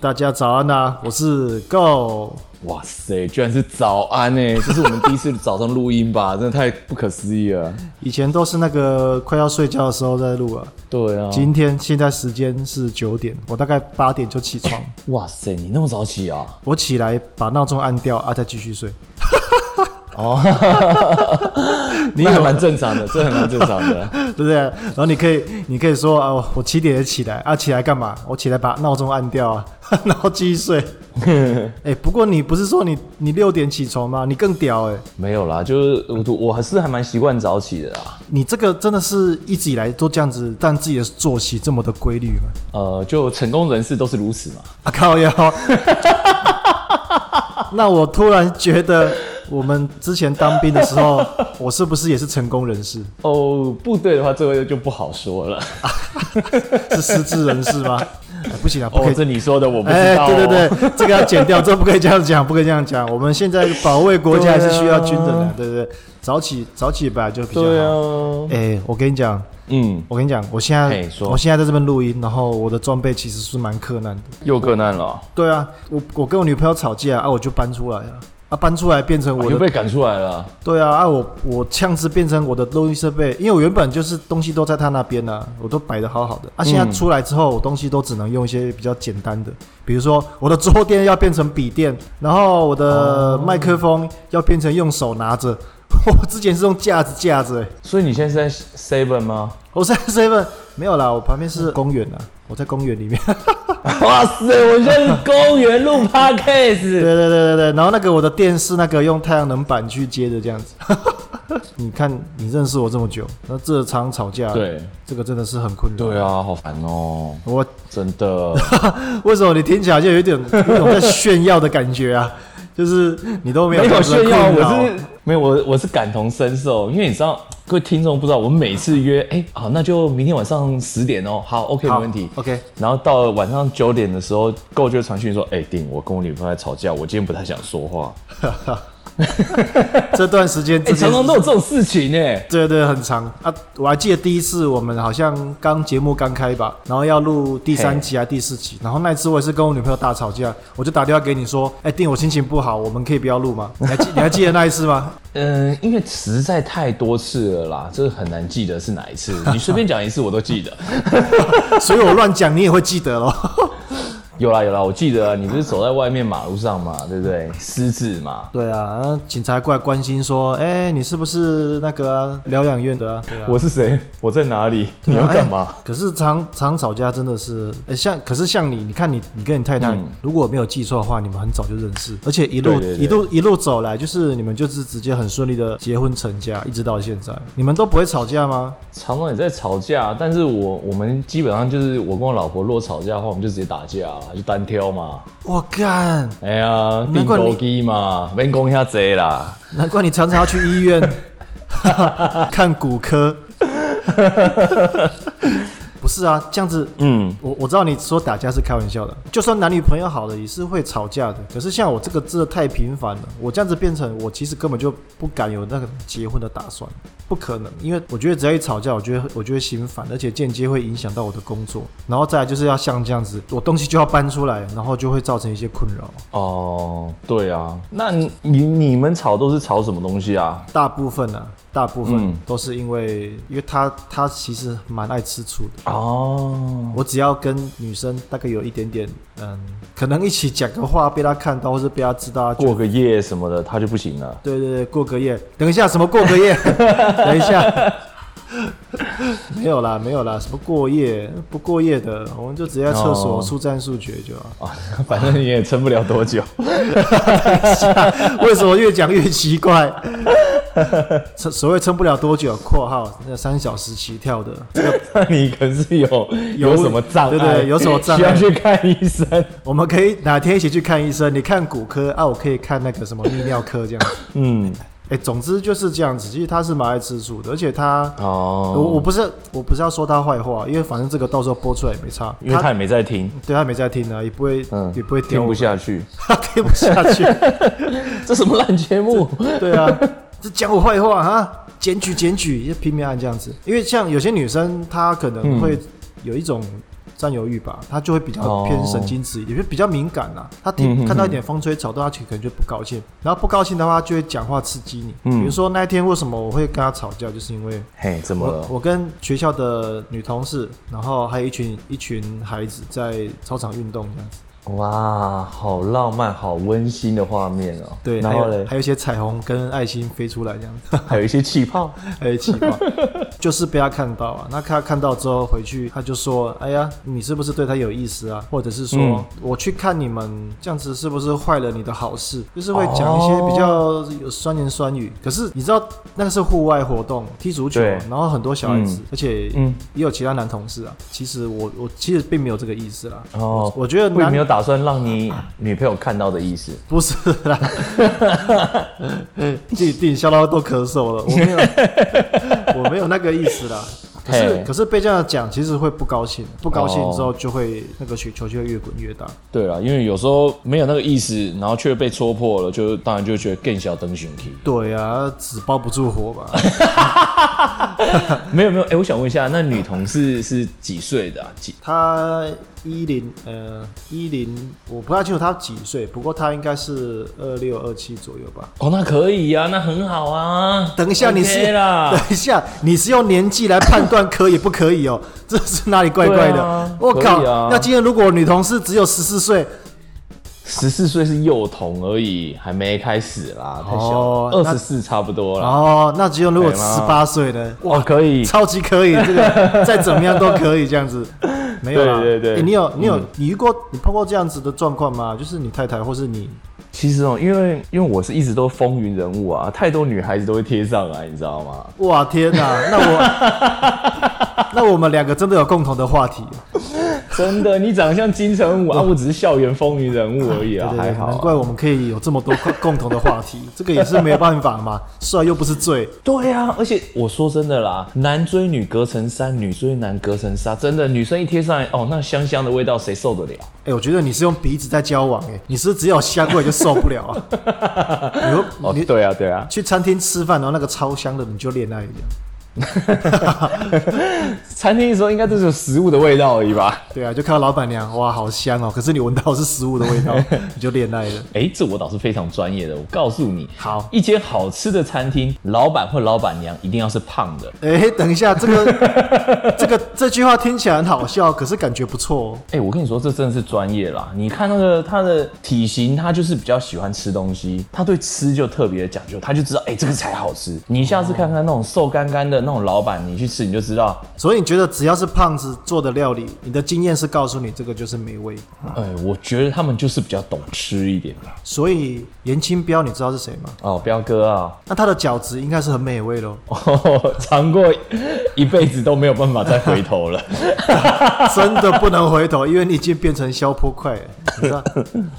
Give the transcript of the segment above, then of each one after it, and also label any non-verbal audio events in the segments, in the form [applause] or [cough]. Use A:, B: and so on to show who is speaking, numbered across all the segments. A: 大家早安呐、我是 Go。
B: 哇塞，居然是早安哎、 [laughs] 这是我们第一次早上录音吧？真的太不可思议了。
A: 以前都是那个快要睡觉的时候在录啊，
B: 对啊，
A: 今天现在时间是九点，我大概八点就起床，
B: 哇塞，你那么早起啊？
A: 我起来把闹钟按掉啊，再继续睡。 [laughs]
B: 你还蛮正常的，这还蛮正常的。 [laughs]
A: 对不对？然后你可以，你可以说啊，我七点也起来啊，起来干嘛？我起来把闹钟按掉啊， [laughs] 然后继续睡。哎、不过你不是说你你六点起床吗？你更屌哎、
B: 没有啦，就是我我还是还蛮习惯早起的啦。
A: 你这个真的是一直以来都这样子，但自己的作息这么的规律吗？
B: 呃，就成功人士都是如此嘛。
A: 啊靠腰！ [laughs] 那我突然觉得，我们之前当兵的时
B: [laughs]
A: 候，我是不是也是成功人士？
B: 哦，部队的话，这个就不好说 [laughs] 了。
A: 是失智人士吗？哎不行啊，不可
B: 哦
A: 以，
B: 这你说的我不
A: 哎
B: 知，道、哦
A: 对对对，这个要剪掉，这不可以这样讲，不可以这样讲。我们现在保卫国家还是需要军人的、对不对？早起早起本来就比较好。
B: 哦对
A: 哎、
B: 啊，
A: 我跟你讲，
B: 嗯，
A: 我跟你讲，我现在
B: 嘿说
A: 我现在在这边录音，然后我的装备其实是蛮困难的。
B: 又更难了啊，
A: 对啊，我我跟我女朋友吵架啊，我就搬出来了啊，搬出来变成我
B: 又
A: 的。
B: 被赶出来了。
A: 对啊，啊我我这样子变成我的录音设备，因为我原本就是东西都在她那边呢、我都摆的好好的。啊，现在出来之后，我东西都只能用一些比较简单的，比如说我的桌垫要变成笔垫，然后我的麦克风要变成用手拿着。 [laughs] 我之前是用架子架着、欸，
B: 所以你现在在 Seven 吗？
A: 我在 seven 没有啦，我旁边是公园啊，我在公园里面。
B: [laughs] 哇塞，我现在是公园录 podcast，
A: 对对对对对，然后那个我的电视那个用太阳能板去接的这样子。 [laughs] 你看，你认识我这么久，那这场吵架，啊
B: 对
A: 这个真的是很困难。
B: 对啊，好烦哦，
A: 我
B: 真的。
A: 为什么你听起来就有一点有一种在炫耀的感觉啊？就是你都没有
B: [laughs] 没
A: 这
B: [laughs] 有
A: 样子的
B: 炫耀，
A: 困扰
B: 我是没有，我我是感同身受，因为你知道，各位听众不知道，我们每次约，哎、好，那就明天晚上十点哦，好，OK，没
A: 好
B: 问题。
A: OK，
B: 然后到了晚上九点的时候，够就会传讯说，哎、丁，我跟我女朋友在吵架，我今天不太想说话。
A: 这段时间
B: 哎、
A: 这件
B: 常
A: 事
B: 常都有这种事情哎、
A: 对对，很长啊！我还记得第一次我们好像刚节目刚开吧，然后要录第三集啊第四集，然后那一次我也是跟我女朋友大吵架，我就打电话给你说，哎，定我心情不好，我们可以不要录吗？你还记你还记得那一次吗？ [laughs]
B: 嗯，因为实在太多次了啦，这个很难记得是哪一次， [laughs] 你随便讲一次我都记得。
A: 所以我乱讲你也会记得咯。
B: 有啦有啦，我记得啊，你不是走在外面马路上嘛，对不对？失智嘛，
A: 对啊，然后警察过来关心说，哎，你是不是那个啊疗养院的啊？对啊哎
B: 我是谁？我在哪里？ [laughs] 你要干嘛？
A: 可是常常吵架真的是，呃像可是像你，你看你你跟你太太，
B: 嗯
A: 如果我没有记错的话，你们很早就认识，而且一路
B: 对对对
A: 一路一路走来，就是你们就是直接很顺利的结婚成家，一直到现在，你们都不会吵架吗？
B: 常常也在吵架，但是我我们基本上就是我跟我老婆如果吵架的话，我们就直接打架啦，就单挑嘛。
A: 我干，
B: 哎呀，
A: 难
B: 订
A: 怪你
B: 购机嘛，免讲遐济啦。
A: 难怪你常常要去医院 [laughs] 看骨科。 [laughs] 不是啊，这样子，
B: 嗯，
A: 我我知道你说打架是开玩笑的，就算男女朋友好了也是会吵架的。可是像我这个真的太频繁了，我这样子变成我其实根本就不敢有那个结婚的打算，不可能，因为我觉得只要一吵架，我觉得我就会心烦，而且间接会影响到我的工作。然后再来就是要像这样子，我东西就要搬出来，然后就会造成一些困扰。
B: 哦，对啊，那你你们吵都是吵什么东西啊？
A: 大部分啊，大部分
B: 嗯
A: 都是因为，因为他他其实蛮爱吃醋的。
B: 哦，
A: 我只要跟女生大概有一点点，嗯，可能一起讲个话被她看到，或是被她知道，她就
B: 过个夜什么的，他就不行
A: [laughs]
B: 了。
A: 对对对，过个夜。等一下，什么过个夜？等一下，没有啦，没有啦，什么过夜不过夜的，我们就直接在厕所
B: 哦
A: 速战速决就好。
B: 啊，反正你也撑不了
A: [laughs]
B: 多久。
A: 为什么越讲越奇怪？撑所谓撑不了多久（括号那三小时起跳的），
B: 那你可是有
A: 有
B: 有什么障碍？
A: 对对有什么障碍
B: 需要去看医生？
A: 我们可以哪天一起去看医生？你看骨科啊，我可以看那个什么泌尿科这样子。
B: 嗯，
A: 哎、总之就是这样子。其实他是蛮爱吃醋的，而且他，
B: 哦，
A: 我我不是我不是要说他坏话，因为反正这个到时候播出来也没差。
B: 因为他也没在听，
A: 对他没在听啊，也不会，
B: 嗯
A: 也不会
B: 听
A: 我
B: 不，下去。
A: [laughs] 他听不下去。
B: [laughs] 这什么烂节目？
A: 对啊， [laughs] 这讲我坏话啊，检
B: 嗯
A: 举检举，就拼命按这样子。因为像有些女生，她可能会有一种占有欲吧，他就会比较偏神经质一点，就比较敏感啦。他
B: 嗯
A: 听
B: 哼
A: 看到一点风吹草动，他可能就不高兴，然后不高兴的话，他就会讲话刺激你。
B: 嗯
A: 比如说那一天为什么我会跟他吵架，就是因为
B: 嘿，怎么
A: 我
B: 了？
A: 我跟学校的女同事，然后还有一群一群孩子在操场运动这样子，
B: 哇，好浪漫，好温馨的画面哦。
A: 对，
B: 然
A: 还
B: 后
A: 有
B: 嘞，
A: 还有一些彩虹跟爱心飞出来这样子。
B: 还有一些气 [laughs] 泡。
A: 还有哎气泡，就是被他看到啊。那他看到之后回去，他就说：“哎呀，你是不是对他有意思啊？或者是说、
B: 嗯
A: 我去看你们这样子是不是坏了你的好事？”就是会讲一些比
B: 哦
A: 较有酸言酸语。可是你知道那个是户外活动，踢足球，
B: 对
A: 然后很多小孩子，
B: 嗯
A: 而且
B: 嗯
A: 也有其他男同事啊。其实我我其实并没有这个意思啦。
B: 哦，
A: 我觉得
B: 并
A: 男
B: 没有打算让你女朋友看到的意思。
A: 不是啦，自己自己笑到都咳嗽了，我没有，我没有那个意思啦。可是
B: 嘿
A: 可是被这样讲，其实会不高兴，不高兴之后就会、那个雪球就会越滚越大。
B: 对啦，因为有时候没有那个意思，然后却被戳破了，就当然就觉得更小灯熊 K。
A: 对啊，纸包不住火吧？
B: 没有没有，哎、我想问一下，那女同事是几岁的、啊？几？
A: 他一零呃一零，我不太清楚他几岁，不过他应该是二六二七左右吧。
B: 哦，那可以呀、啊，那很好啊。
A: 等一下你是
B: OK 啦
A: 等，一下，你是用年纪来判断可以不可以哦？ [laughs] 这是哪里怪怪
B: 对
A: 的？
B: 啊
A: 我
B: 可以
A: 靠！
B: 啊
A: 那今天如果女同事只有十四岁，
B: [laughs] 十四岁是幼童而已，还没开始啦，太小
A: 哦
B: 了，
A: 那
B: 二十四差不多啦。
A: 哦，那只有如果
B: 对
A: 十
B: 吗
A: 八岁呢？
B: 哇，可以，
A: 超级可以，这
B: [laughs]
A: 个再怎么样都可以这样子，没有啦。
B: 对对对嗯
A: 诶你有你有、你遇过你碰过这样子的状况吗？就是你太太或是你
B: 其实哦，因为因为我是一直都风云人物啊，太多女孩子都会贴上来，你知道吗？ [laughs]
A: 哇天哪，那我那我们两个真的有共同的话题，
B: 真的，你长得像金城武啊，我只是校园风云人物而已
A: 对
B: 啊，
A: 对
B: 还
A: 对，
B: 好
A: 难
B: 啊、
A: 怪我们可以有这么多共共同的话题，这个也是没有办法嘛，帅又不是罪。
B: 对啊，而且我说真的啦，男追女隔层纱，女追男隔层纱，真的，女生一贴上来，哦，那香香的味道谁受得了？
A: 哎、我觉得你是用鼻子在交往、哎，你是不是只有香味就受不了啊？ [laughs] 你说
B: 哦
A: 你，
B: 对啊，对啊，
A: 去餐厅吃饭，然后那个超香的，你就恋爱一样。
B: 餐厅的时候应该都是有食物的味道而已
A: [laughs]
B: 吧？
A: 对啊，就看到老板娘，哇，好香哦！可是你闻到是食物的味道， [laughs] 你就恋爱了。
B: 哎，这我倒是非常专业的，我告诉你，
A: 好
B: 一间好吃的餐厅，老板或老板娘一定要是胖的。
A: 哎、等一下，这个这个这句话听起来很好笑，可是感觉不错哦。
B: 哎、我跟你说，这真的是专业啦！你看那个他的体型，他就是比较喜欢吃东西，他对吃就特别讲究，他就知道，哎、这个才好吃。你下次看看那种瘦干干的那种老板，你去吃你就知道，
A: 所以你觉得只要是胖子做的料理，你的经验是告诉你这个就是美味。
B: 哎、我觉得他们就是比较懂吃一点啦。
A: 所以严清标，你知道是谁吗？
B: 哦，彪哥啊，
A: 那他的饺子应该是很美味喽，
B: 哦， [laughs] 尝过一辈子都没有办法再回头了。
A: [laughs] 真的不能回头，因为你已经变成消坡块
B: [laughs]
A: 了。你知道？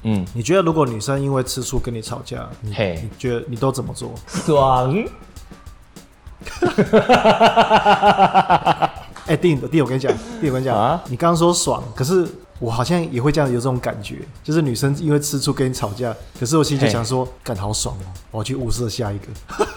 A: 嗯，你觉得如果女生因为吃醋跟你吵架，你
B: 嘿
A: 你觉得你都怎么做？
B: 爽，
A: 哎、弟弟，我跟
B: [laughs]
A: 你讲，弟，我跟你讲，
B: 啊
A: 你刚刚说爽，可是我好像也会这样有这种感觉，就是女生因为吃醋跟你吵架，可是我心里就想说，干好爽哦，我要去物色下一
B: [laughs]
A: 个。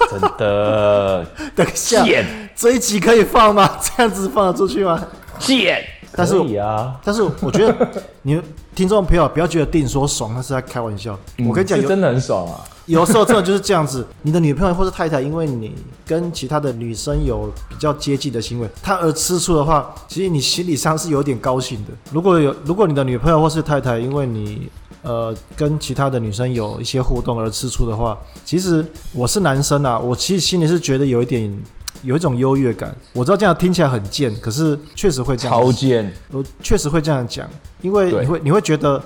B: 真的
A: 等一下
B: 贱，
A: 这一集可以放吗？这样子放得出去吗？
B: 贱。
A: 但是
B: 可以啊，
A: 但是我觉得你听众朋友不要觉得定说爽，那是在开玩笑。我跟你讲，
B: 嗯是
A: 有
B: 真的很爽啊。
A: 有时候真的就是这样子，你的女朋友或者太太，因为你跟其他的女生有比较接近的行为，她而吃醋的话，其实你心理上是有点高兴的。如果有，如果你的女朋友或是太太，因为你。呃，跟其他的女生有一些互动而吃醋的话，其实我是男生啊，我其实心里是觉得有一点，有一种优越感。我知道这样听起来很贱，可是确实会这样子。
B: 超贱，
A: 我确实会这样讲，因为
B: 对
A: 你会你会觉得，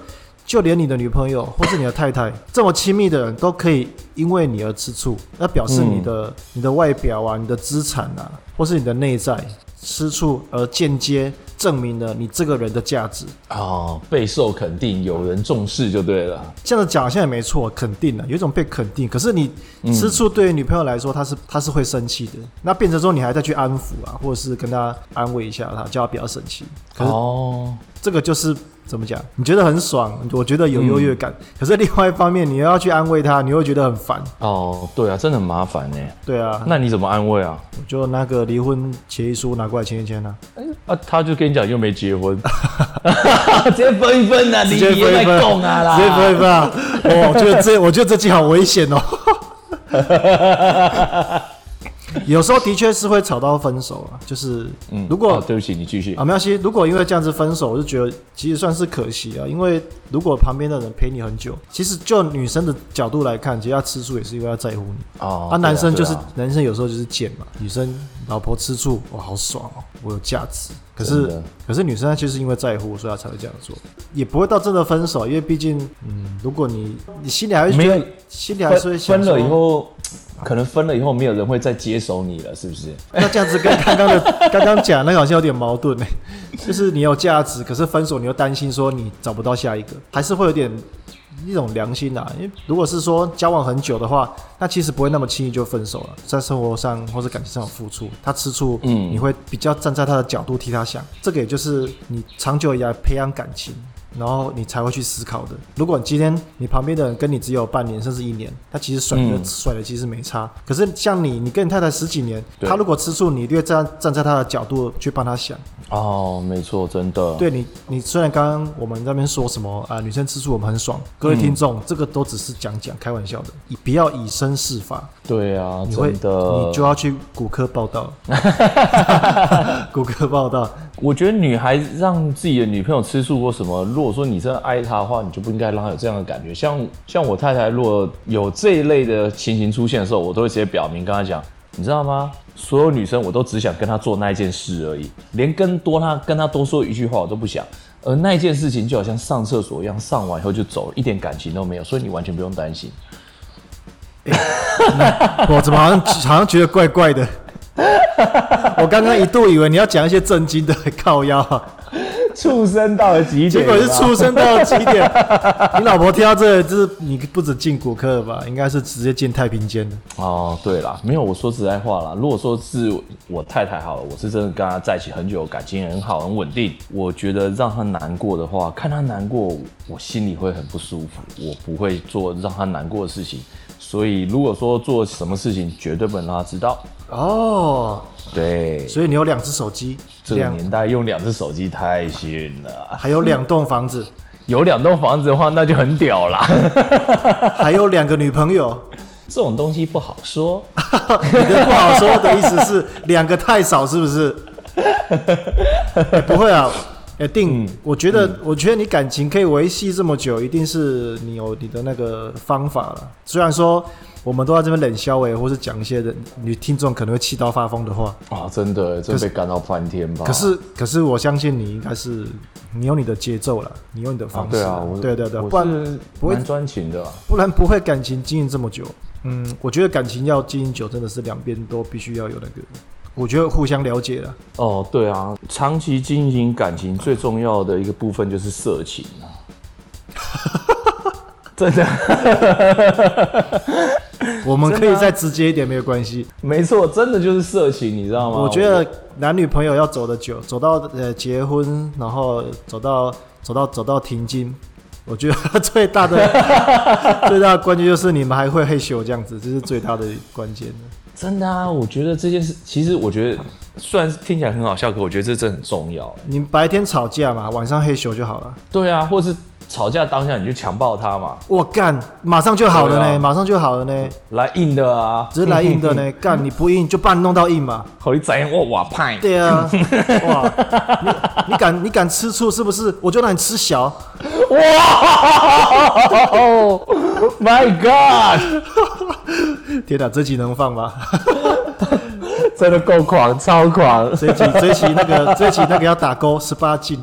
A: 就连你的女朋友或是你的太太这么亲密的人都可以因为你而吃醋，那表示你的、你的外表啊、你的资产啊，或是你的内在吃醋，而间接证明了你这个人的价值。
B: 哦，备受肯定，有人重视就对了。
A: 这样子讲好像也没错，肯定啊了，有一种被肯定。可是你吃醋对于女朋友来说，她是她是会生气的，那变成说你还再去安抚啊，或者是跟她安慰一下她，叫她不要生气。可是
B: 哦，
A: 这个就是怎么讲？你觉得很爽，我觉得有优越感。可是另外一方面，你又要去安慰他，你会觉得很烦。
B: 哦，对啊，真的很麻烦呢。
A: 对啊，
B: 那你怎么安慰啊？
A: 我就那个离婚协议书拿过来签一签啊。
B: 啊，他就跟跟你讲，又没结婚， [laughs] 直接分一分 [laughs] 啊，
A: 直
B: 你
A: 接
B: 也
A: 分
B: 在
A: 一分，
B: 供啊啦，
A: 直接分一分啊！哇，我觉得这，我觉得这集好危险哦。有时候的确是会吵到分手啊，就是如果、
B: 哦对不起，你继续
A: 啊，没关系。如果因为这样子分手，我就觉得其实算是可惜啊。因为如果旁边的人陪你很久，其实就女生的角度来看，其实她吃醋也是因为她在乎你。
B: 哦
A: 啊，男生就是、
B: 对啊
A: 男生有时候就是贱嘛，女生老婆吃醋，哇，好爽哦，我有价值。可
B: 真
A: 是
B: 的
A: 可是女生她就是因为在乎，所以她才会这样做，也不会到真的分手，因为毕竟，嗯，如果你你心里还是觉
B: 没
A: 得
B: 有
A: 心里还是会
B: 分
A: 想
B: 分了以
A: 说，
B: 后，可能分了以后没有人会再接手你了，是不是？
A: 那这样子跟刚刚的 [laughs] 刚刚讲那个好像有点矛盾呢、就是你有价值，可是分手你又担心说你找不到下一个，还是会有点一种良心啊。因为如果是说交往很久的话，那其实不会那么轻易就分手了，在生活上或者感情上有付出，他吃醋，嗯，你会比较站在他的角度替他想，这个也就是你长久以来培养感情。然后你才会去思考的。如果你今天你旁边的人跟你只有半年甚至一年，他其实甩了、
B: 嗯
A: 甩了其实没差。可是像你，你跟你太太十几年，
B: 对
A: 他如果吃醋，你一定会站站在他的角度去帮他想。
B: 哦，没错，真的。
A: 对你，你虽然刚刚我们在那边说什么啊、女生吃醋我们很爽，各位听众，
B: 嗯
A: 这个都只是讲讲，开玩笑的，以不要以身试法，
B: 对啊，
A: 你会
B: 真的。
A: 你就要去骨科报
B: [laughs]
A: 道，骨科报道，
B: 我觉得女孩子让自己的女朋友吃醋或什么，如果说你真的爱她的话，你就不应该让她有这样的感觉。像像我太太，如果有这一类的情形出现的时候，我都会直接表明跟她讲，你知道吗？所有女生我都只想跟她做那一件事而已，连跟多她跟她多说一句话我都不想。而那一件事情就好像上厕所一样，上完以后就走，一点感情都没有，所以你完全不用担 [laughs] 心。
A: [laughs] 我怎么好像好像觉得怪怪的？我刚刚一度以为你要讲一些震惊的靠腰、啊，
B: 畜生到了极点，
A: 结果是畜生到极点。 [laughs] 你老婆听到这就是你不止进骨科了吧？应该是直接进太平间的。
B: 哦，对啦，没有，我说实在话啦，如果说是我太太好了，我是真的跟她在一起很久，感情很好，很稳定。我觉得让她难过的话，看她难过，我心里会很不舒服，我不会做让她难过的事情。所以如果说做什么事情，绝对不能让她知道。
A: 哦，
B: 对，
A: 所以你有两只手机，
B: 这个
A: 两
B: 年代用两只手机太逊了，
A: 还有两栋房子，
B: 有两栋房子的话，那就很屌啦。
A: 还有两个女朋友。
B: [laughs] 这种东西不好说。
A: 你的不好说的意思是两个太少，是不是？欸不会啊，哎、定，
B: 嗯
A: 我觉得，我觉得你感情可以维系这么久，一定是你有你的那个方法了。虽然说我们都在这边冷笑诶，或是讲一些人女听众可能会气到发疯的话，
B: 啊，真的，真被干到翻天吧？
A: 可是，可是我相信你应该是你有你的节奏了，你有你的
B: 啊
A: 方式
B: 对
A: 啦、
B: 啊，我
A: 对对对，不
B: 我
A: 然
B: 是
A: 不会
B: 蛮专情的啊、
A: 不然不会感情经营这么久。嗯，我觉得感情要经营久，真的是两边都必须要有那个，我觉得互相了解
B: [laughs]
A: 了。
B: 哦，对啊，长期经营感情最重要的一个部分就是色情 [laughs] 啊，真的，
A: 我们可以再直接一点，没有关系。
B: 没错，真的啊就是色情，你知道吗？
A: 我觉得男女朋友要走得久，走到呃结婚，然后走到走到走到停经，我觉得最大的 [laughs] 最大的关键就是你们还会害羞这样子，这是最大的关键的。
B: 真的啊，我觉得这件事，其实我觉得虽然听起来很好笑，可我觉得这真的很重要。
A: 你们白天吵架嘛，晚上害羞就好了。
B: 对啊，或是吵架当下你就强暴他嘛，
A: 我干，马上就好了
B: 对
A: 呢，
B: 啊
A: 马上就好了呢，
B: 来硬的啊，
A: 只是来硬的呢，干你不硬就把你弄到硬嘛。
B: 好你宰我瓦派，
A: 对啊，哇，你你敢你敢吃醋是不是？我就让你吃小。
B: 哇，My God，
A: 天哪，这集能放吗？
B: [laughs]
A: [laughs]
B: 真的够狂，超狂。
A: 这一集这一集那个这一集那个要打勾十八禁，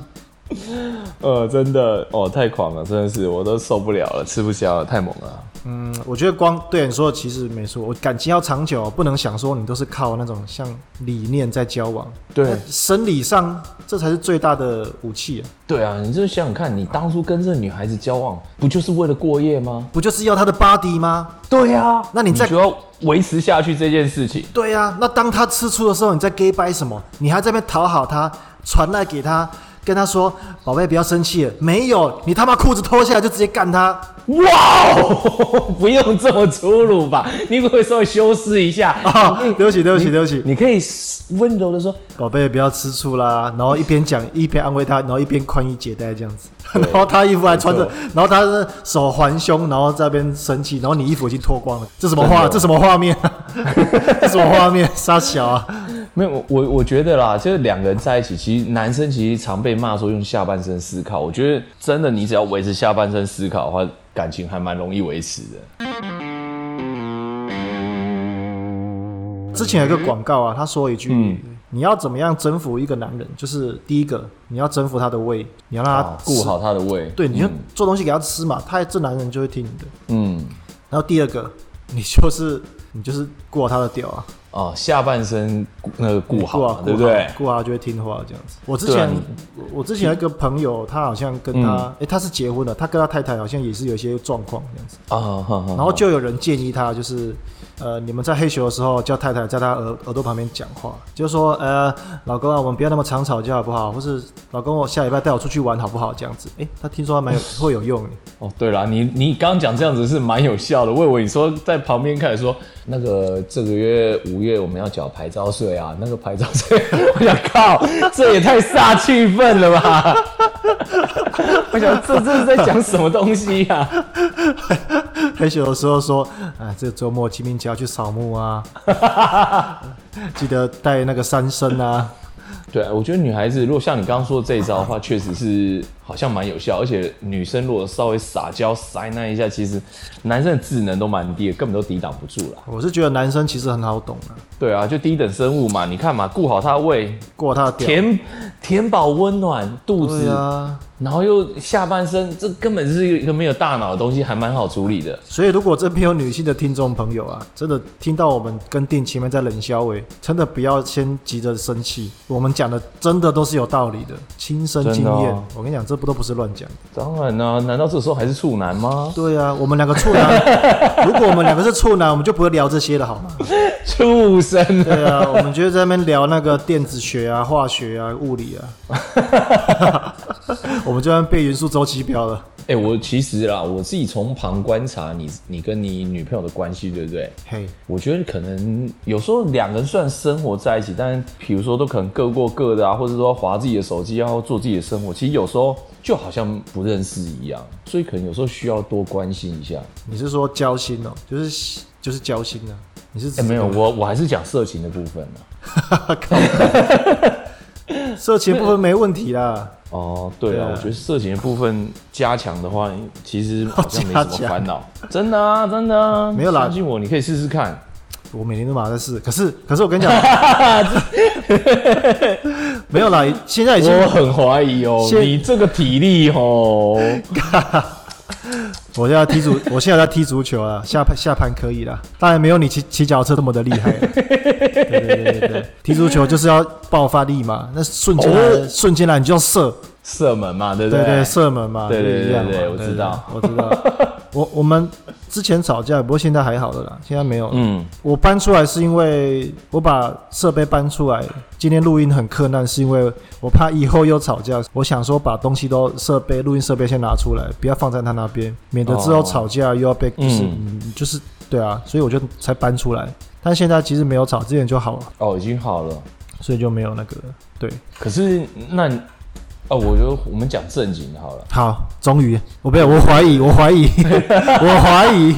B: 呃，真的哦，太狂了，真的是我都受不了了，吃不消了，太猛了。
A: 嗯，我觉得光对你说的其实没错，我感情要长久，不能想说你都是靠那种像理念在交往，
B: 对
A: 生理上这才是最大的武器、啊，
B: 对啊，你就想想看，你当初跟这女孩子交往，不就是为了过夜吗？
A: 不就是要他的 body 吗？
B: 对啊，
A: 那你再
B: 就要维持下去这件事情。
A: 对呀、那当他吃醋的时候，你在 gay 掰什么？你还在那边讨好他，传赖给他，跟他说：“宝贝，不要生气了。”没有，你他妈裤子脱下来就直接干他。
B: 哇哦， [laughs] 不用这么粗鲁吧？你可不可以稍微修饰一下？
A: 啊、对不起，对不起，对不起，
B: 你可以温柔的说，
A: 宝贝，不要吃醋啦。然后一边讲一边安慰他，然后一边宽衣解带这样子。然后他衣服还穿着
B: 没，
A: 然后他的手环胸，然后在那边生气，然后你衣服已经脱光了，这什么
B: 真
A: 画？
B: 的
A: 这什么画面、啊？这什么画面？傻小啊！
B: 没有，我我觉得啦，就是两个人在一起，其实男生其实常被骂说用下半身思考。我觉得真的，你只要维持下半身思考的话，感情还蛮容易维持的。
A: 之前有一个广告啊，他说一句：“
B: 嗯
A: 你要怎么样征服一个男人？就是第一个，你要征服他的胃，你要让他
B: 啊，顾
A: 吃
B: 好他的胃。
A: 对，你就
B: 嗯
A: 做东西给他吃嘛，他这男人就会听你的。
B: 嗯
A: 然后第二个，你就是你就是顾好他的屌啊，
B: 哦，下半身顾那个顾好
A: 顾
B: 嘛
A: 好，
B: 对不
A: 顾好
B: 对？
A: 顾好他就会听话这样子。我之
B: 对啊嗯
A: 前我我之前有一个朋友，他好像跟他诶，他是结婚了，他跟他太太好像也是有一些状况这样子。
B: 啊，哈哈哈
A: 然后就有人建议他，就是呃，你们在黑球的时候叫太太在他耳耳朵旁边讲话，就是说呃，老公啊，我们不要那么常吵架好不好？或是老公，我下礼拜带我出去玩好不好？这样子，诶，他听说还蛮有会有用的。 [laughs]
B: 哦，对了，你你刚刚讲这样子是蛮有效的。我以为你说在旁边开始说那个这个月五月我们要缴牌照税啊，那个牌照税， [laughs] 我想靠，这也太煞气氛了吧！ [laughs] 我想这这是在讲什么东西呀、啊？
A: 黑球的时候说，哎，这周末清明节要去扫墓啊， [laughs] 记得带那个三牲啊。
B: 对啊，我觉得女孩子如果像你刚刚说的这一招的话，确实是好像蛮有效，而且女生如果稍微撒娇塞那一下，其实男生的智能都蛮低的，根本都抵挡不住啦。
A: 我是觉得男生其实很好懂啊，
B: 对啊，就低等生物嘛，你看嘛，顾好他的胃，
A: 过他的屌。
B: 填填饱温暖肚
A: 对
B: 子，
A: 啊，
B: 然后又下半身，这根本是一个没有大脑的东西，还蛮好处理的。
A: 所以如果这边有女性的听众朋友啊，真的听到我们跟定前面在冷笑诶，真的不要先急着生气，我们讲的真的都是有道理的，亲身经
B: 真的
A: 验。
B: 哦
A: 我跟你讲，这不都不是乱讲。
B: 当然啦、难道这时候还是处男吗？ [laughs]
A: 对啊，我们两个处男，如果我们两个是处男，我们就不会聊这些了，好
B: [laughs]
A: 吗？
B: 畜生啊！
A: 对啊，我们就在那边聊那个电子学啊、化学啊、物理啊， [laughs] 我们就在那边背元素周期表了。
B: 哎、我其实啦，我自己从旁观察你，你跟你女朋友的关系，对不对？
A: 嘿，
B: 我觉得可能有时候两个人虽然生活在一起，但比如说都可能各过各的啊，或者说划自己的手机啊，或做自己的生活，其实有时候就好像不认识一样，所以可能有时候需要多关心一下。
A: 你是说交心哦、就是就是交心啊？你是指
B: 哎、没有，我我还是讲色情的部分啊。
A: 色情部分没问题啦。
B: 哦，对
A: 对
B: 啊
A: 啊，
B: 我觉得色情的部分加强的话，其实好像没
A: 加
B: 什么
A: 强
B: 烦 [laughs] 恼。真的啊，真的啊，
A: 没有啦
B: 相信我，你可以试试看。
A: 我每天都马上在试，可是可是我跟你讲，没有啦，现在已经
B: 我很怀疑哦，
A: 先
B: 你这个体力哦，
A: 我现在踢足，我现在在踢足球啊，下盘下盘可以啦，当然没有你骑骑脚踏车那么的厉害啦。对对对对对，踢足球就是要爆发力嘛，那瞬间来、
B: 哦
A: 瞬间来你就要射，
B: [laughs] 射门嘛，对不
A: 对
B: 对
A: 对，射门嘛，
B: 对对
A: 就是一样嘛
B: 对对对我
A: 对
B: 知道，
A: 对对我知
B: [laughs]
A: 道。我我们之前吵架，不过现在还好了啦，现在没有了。
B: 嗯，
A: 我搬出来是因为我把设备搬出来，今天录音很困难，是因为我怕以后又吵架。我想说把东西都设备、录音设备先拿出来，不要放在他那边，免得之后
B: 哦
A: 吵架又要被就是、
B: 嗯
A: 嗯就是对啊，所以我就才搬出来。但现在其实没有吵，之前就好了，
B: 哦，已经好了。
A: 所以就没有那个了对。
B: 可是那你，哦，我就我们讲正经好了。
A: 好，终于，我没有，我怀疑，我怀 [laughs] 疑，我怀疑。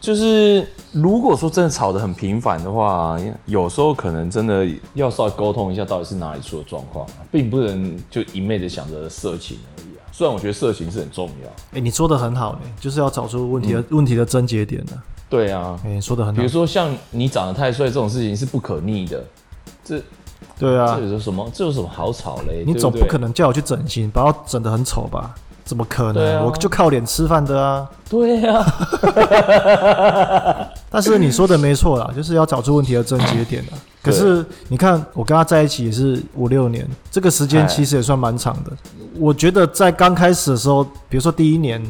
B: 就是如果说真的吵得很频繁的话，有时候可能真的要稍微沟通一下，到底是哪里出了状况，啊并不能就一昧的想着色情而已啊。虽然我觉得色情是很重要，啊
A: 哎、你说的很好呢，就是要找出问题的、问题的症结点呢、
B: 对啊，
A: 哎、你嗯说的很
B: 比
A: 好
B: 如，说像你长得太帅这种事情是不可逆的，这
A: 对啊
B: 这，有什么这有什么好吵嘞？
A: 你总
B: 对
A: 不
B: 对
A: 可能叫我去整形，把我整得很丑吧？怎么可
B: 对
A: 能？
B: 啊
A: 我就靠脸吃饭的啊！
B: 对啊，
A: 但是你说的没错
B: [laughs]
A: 啦，就是要找出问题的症结点啊。可
B: 对
A: 是你看，我跟他在一起也是五六年，这
B: 哎
A: 个时间其实也算蛮长的。我觉得在刚开始的时候，比如说第一年，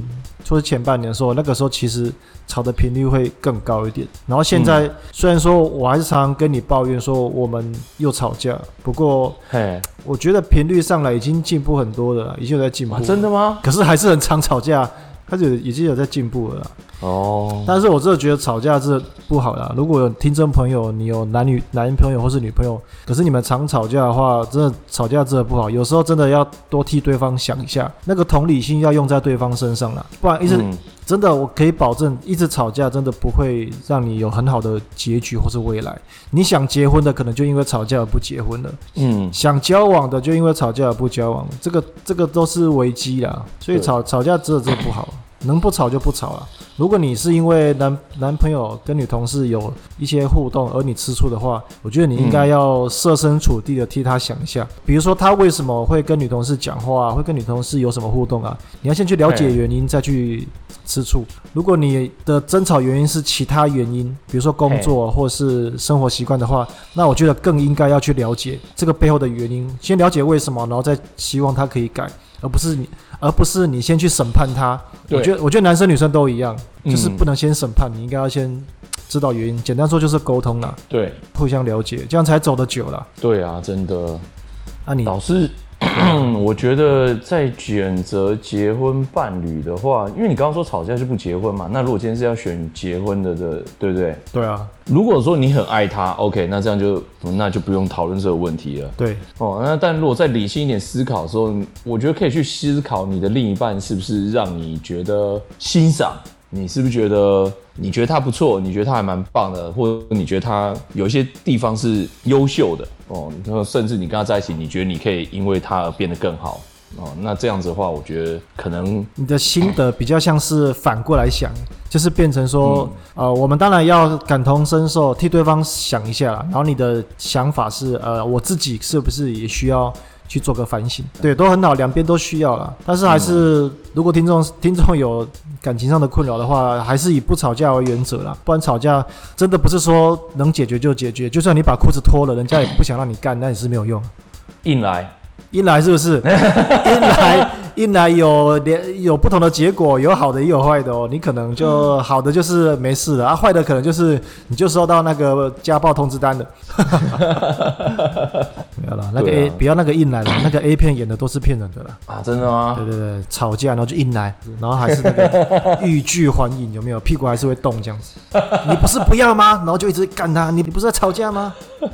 A: 或者前半年的时候，那个时候其实吵的频率会更高一点。然后现在、
B: 嗯
A: 虽然说我还是常常跟你抱怨说我们又吵架，不过
B: 嘿，
A: 我觉得频率上来已经进步很多了啦，已经有在进步、
B: 哇，啊真的吗？
A: 可是还是很常吵架，开始已经有在进步了啦。
B: 哦，
A: 但是我真的觉得吵架是不好啦。如果有听众朋友，你有男女男朋友或是女朋友，可是你们常吵架的话，真的吵架真的不好。有时候真的要多替对方想一下，那个同理心要用在对方身上啦，不然一直、
B: 嗯
A: 真的我可以保证，一直吵架真的不会让你有很好的结局或是未来。你想结婚的，可能就因为吵架而不结婚了。
B: 嗯，
A: 想交往的就因为吵架而不交往，这个这个都是危机啦。所以
B: 对
A: 吵吵架真的真的不好，能不吵就不吵了。如果你是因为男男朋友跟女同事有一些互动而你吃醋的话，我觉得你应该要设身处地的替他想一下，比如说他为什么会跟女同事讲话、啊，会跟女同事有什么互动啊？你要先去了解
B: 嘿
A: 原因，再去吃醋。如果你的争吵原因是其他原因，比如说工作啊或是生活习惯的话，那我觉得更应该要去了解这个背后的原因，先了解为什么，然后再希望他可以改，而不是你，而不是你先去审判他。
B: 对
A: 我觉得，我觉得男生女生都一样，
B: 嗯
A: 就是不能先审判，你应该要先知道原因。简单说就是沟通啦，
B: 对
A: 互相了解，这样才走得久啦。
B: 对啊，真的。
A: 那、你
B: 老师， [clears throat] 我觉得在选择结婚伴侣的话，因为你刚刚说吵架是不结婚嘛，那如果今天是要选结婚的的，对不对？
A: 对啊，
B: 如果说你很爱他，OK，那这样就那就不用讨论这个问题了。
A: 对
B: 哦，那但如果再理性一点思考的时候，我觉得可以去思考你的另一半是不是让你觉得欣赏，你是不是觉得你觉得他不错，你觉得他还蛮棒的，或者你觉得他有一些地方是优秀的哦，然后甚至你跟他在一起，你觉得你可以因为他而变得更好哦，那这样子的话，我觉得可能
A: 你的心得比较像是反过来想，就是变成说，呃，我们当然要感同身受，替对方想一下啦。然后你的想法是，呃，我自己是不是也需要去做个反省？对，都很好，两边都需要啦。但是还是，如果听众听众有感情上的困扰的话，还是以不吵架为原则啦。不然吵架真的不是说能解决就解决，就算你把裤子脱了，人家也不想让你干，那也是没有用。
B: 硬来，
A: 一来是不
B: [laughs]
A: 是？一来一来有连有不同的结果，有好的也有坏的哦。你可能就好的就是没事了，啊，坏的可能就是你就收到那个家暴通知单了。 [laughs] 没有了，那个 A、
B: 对啊
A: 不要那个硬来了，那个 A 片演的都是骗人的了。
B: 啊，真的吗？
A: 对对对，吵架然后就硬来，然后还是那
B: [laughs]
A: 个欲拒还迎，有没有？屁股还是会动这样子。你不是不要吗？然后就一直干他，你你不是在吵架吗？ [laughs]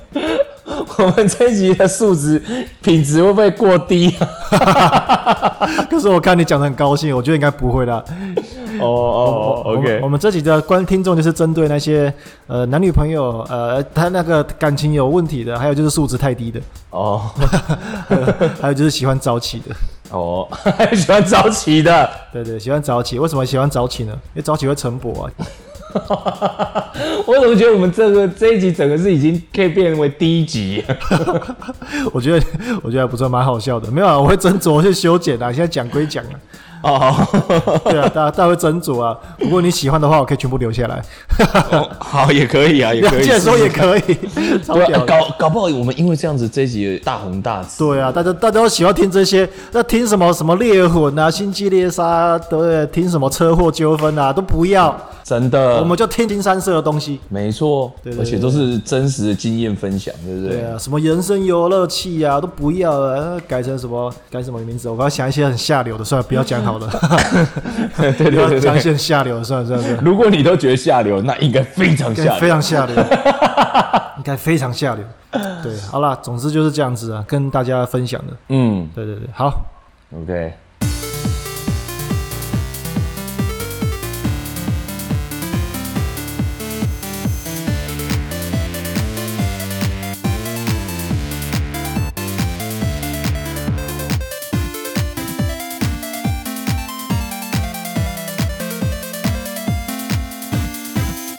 B: 我们这一集的素质品质会不会过低啊？
A: 可是我看你讲的很高兴，我觉得应该不会的。
B: 哦哦
A: 我们我们这集的观听众就是针对那些呃男女朋友呃他那个感情有问题的，还有就是素质太低
B: [laughs]
A: 的，
B: 哦。
A: 还有就是喜欢早起的。
B: 哦， [laughs] 还喜欢早起的。
A: 对对，喜欢早起。为什么喜欢早起呢？因为早起会晨勃啊。 [laughs]
B: 我怎么觉得我们这个这一集整个是已经可以变为第一集？啊
A: 我觉得我觉得还不错，蛮好笑的。没有啊，我会斟酌去修剪啊。现在讲归讲啊，
B: 哦，
A: 对啊，大家大家会斟酌啊。不过你喜欢的话，我可以全部留下来，
B: 好，也可以啊，也
A: [laughs] 了
B: 可以。
A: 解说也
B: 是
A: 可以，超
B: 对
A: 屌
B: 啊，
A: 的。
B: 搞搞不好我们因为这样子这一集大红大紫。
A: 对啊，大家大家都喜欢听这些，那听什么什么猎魂啊、星际猎杀啊，对不对，听什么车祸纠纷啊，都不要，
B: 真的，
A: 我们就听听三色的东西。
B: 没错，
A: 对对对
B: 而且都是真实的经验分享，对不对？
A: 对啊，什么人生游乐器啊，都不要了，呃改成什么改什么名字？我刚刚想一些很下流的，算了，不要讲好了，
B: [laughs] [laughs] 对对
A: 不要
B: [laughs] 对对啊
A: 讲一
B: 对。
A: 些很下流的，算了算了算了，
B: 如果你都觉得下流，那应该非常
A: 应该
B: [laughs] 下
A: 非
B: 流。
A: 常下流，应该非常下流。对，好啦，总之就是这样子啊，跟大家分享的。
B: 嗯
A: 对对对，好，
B: ，OK，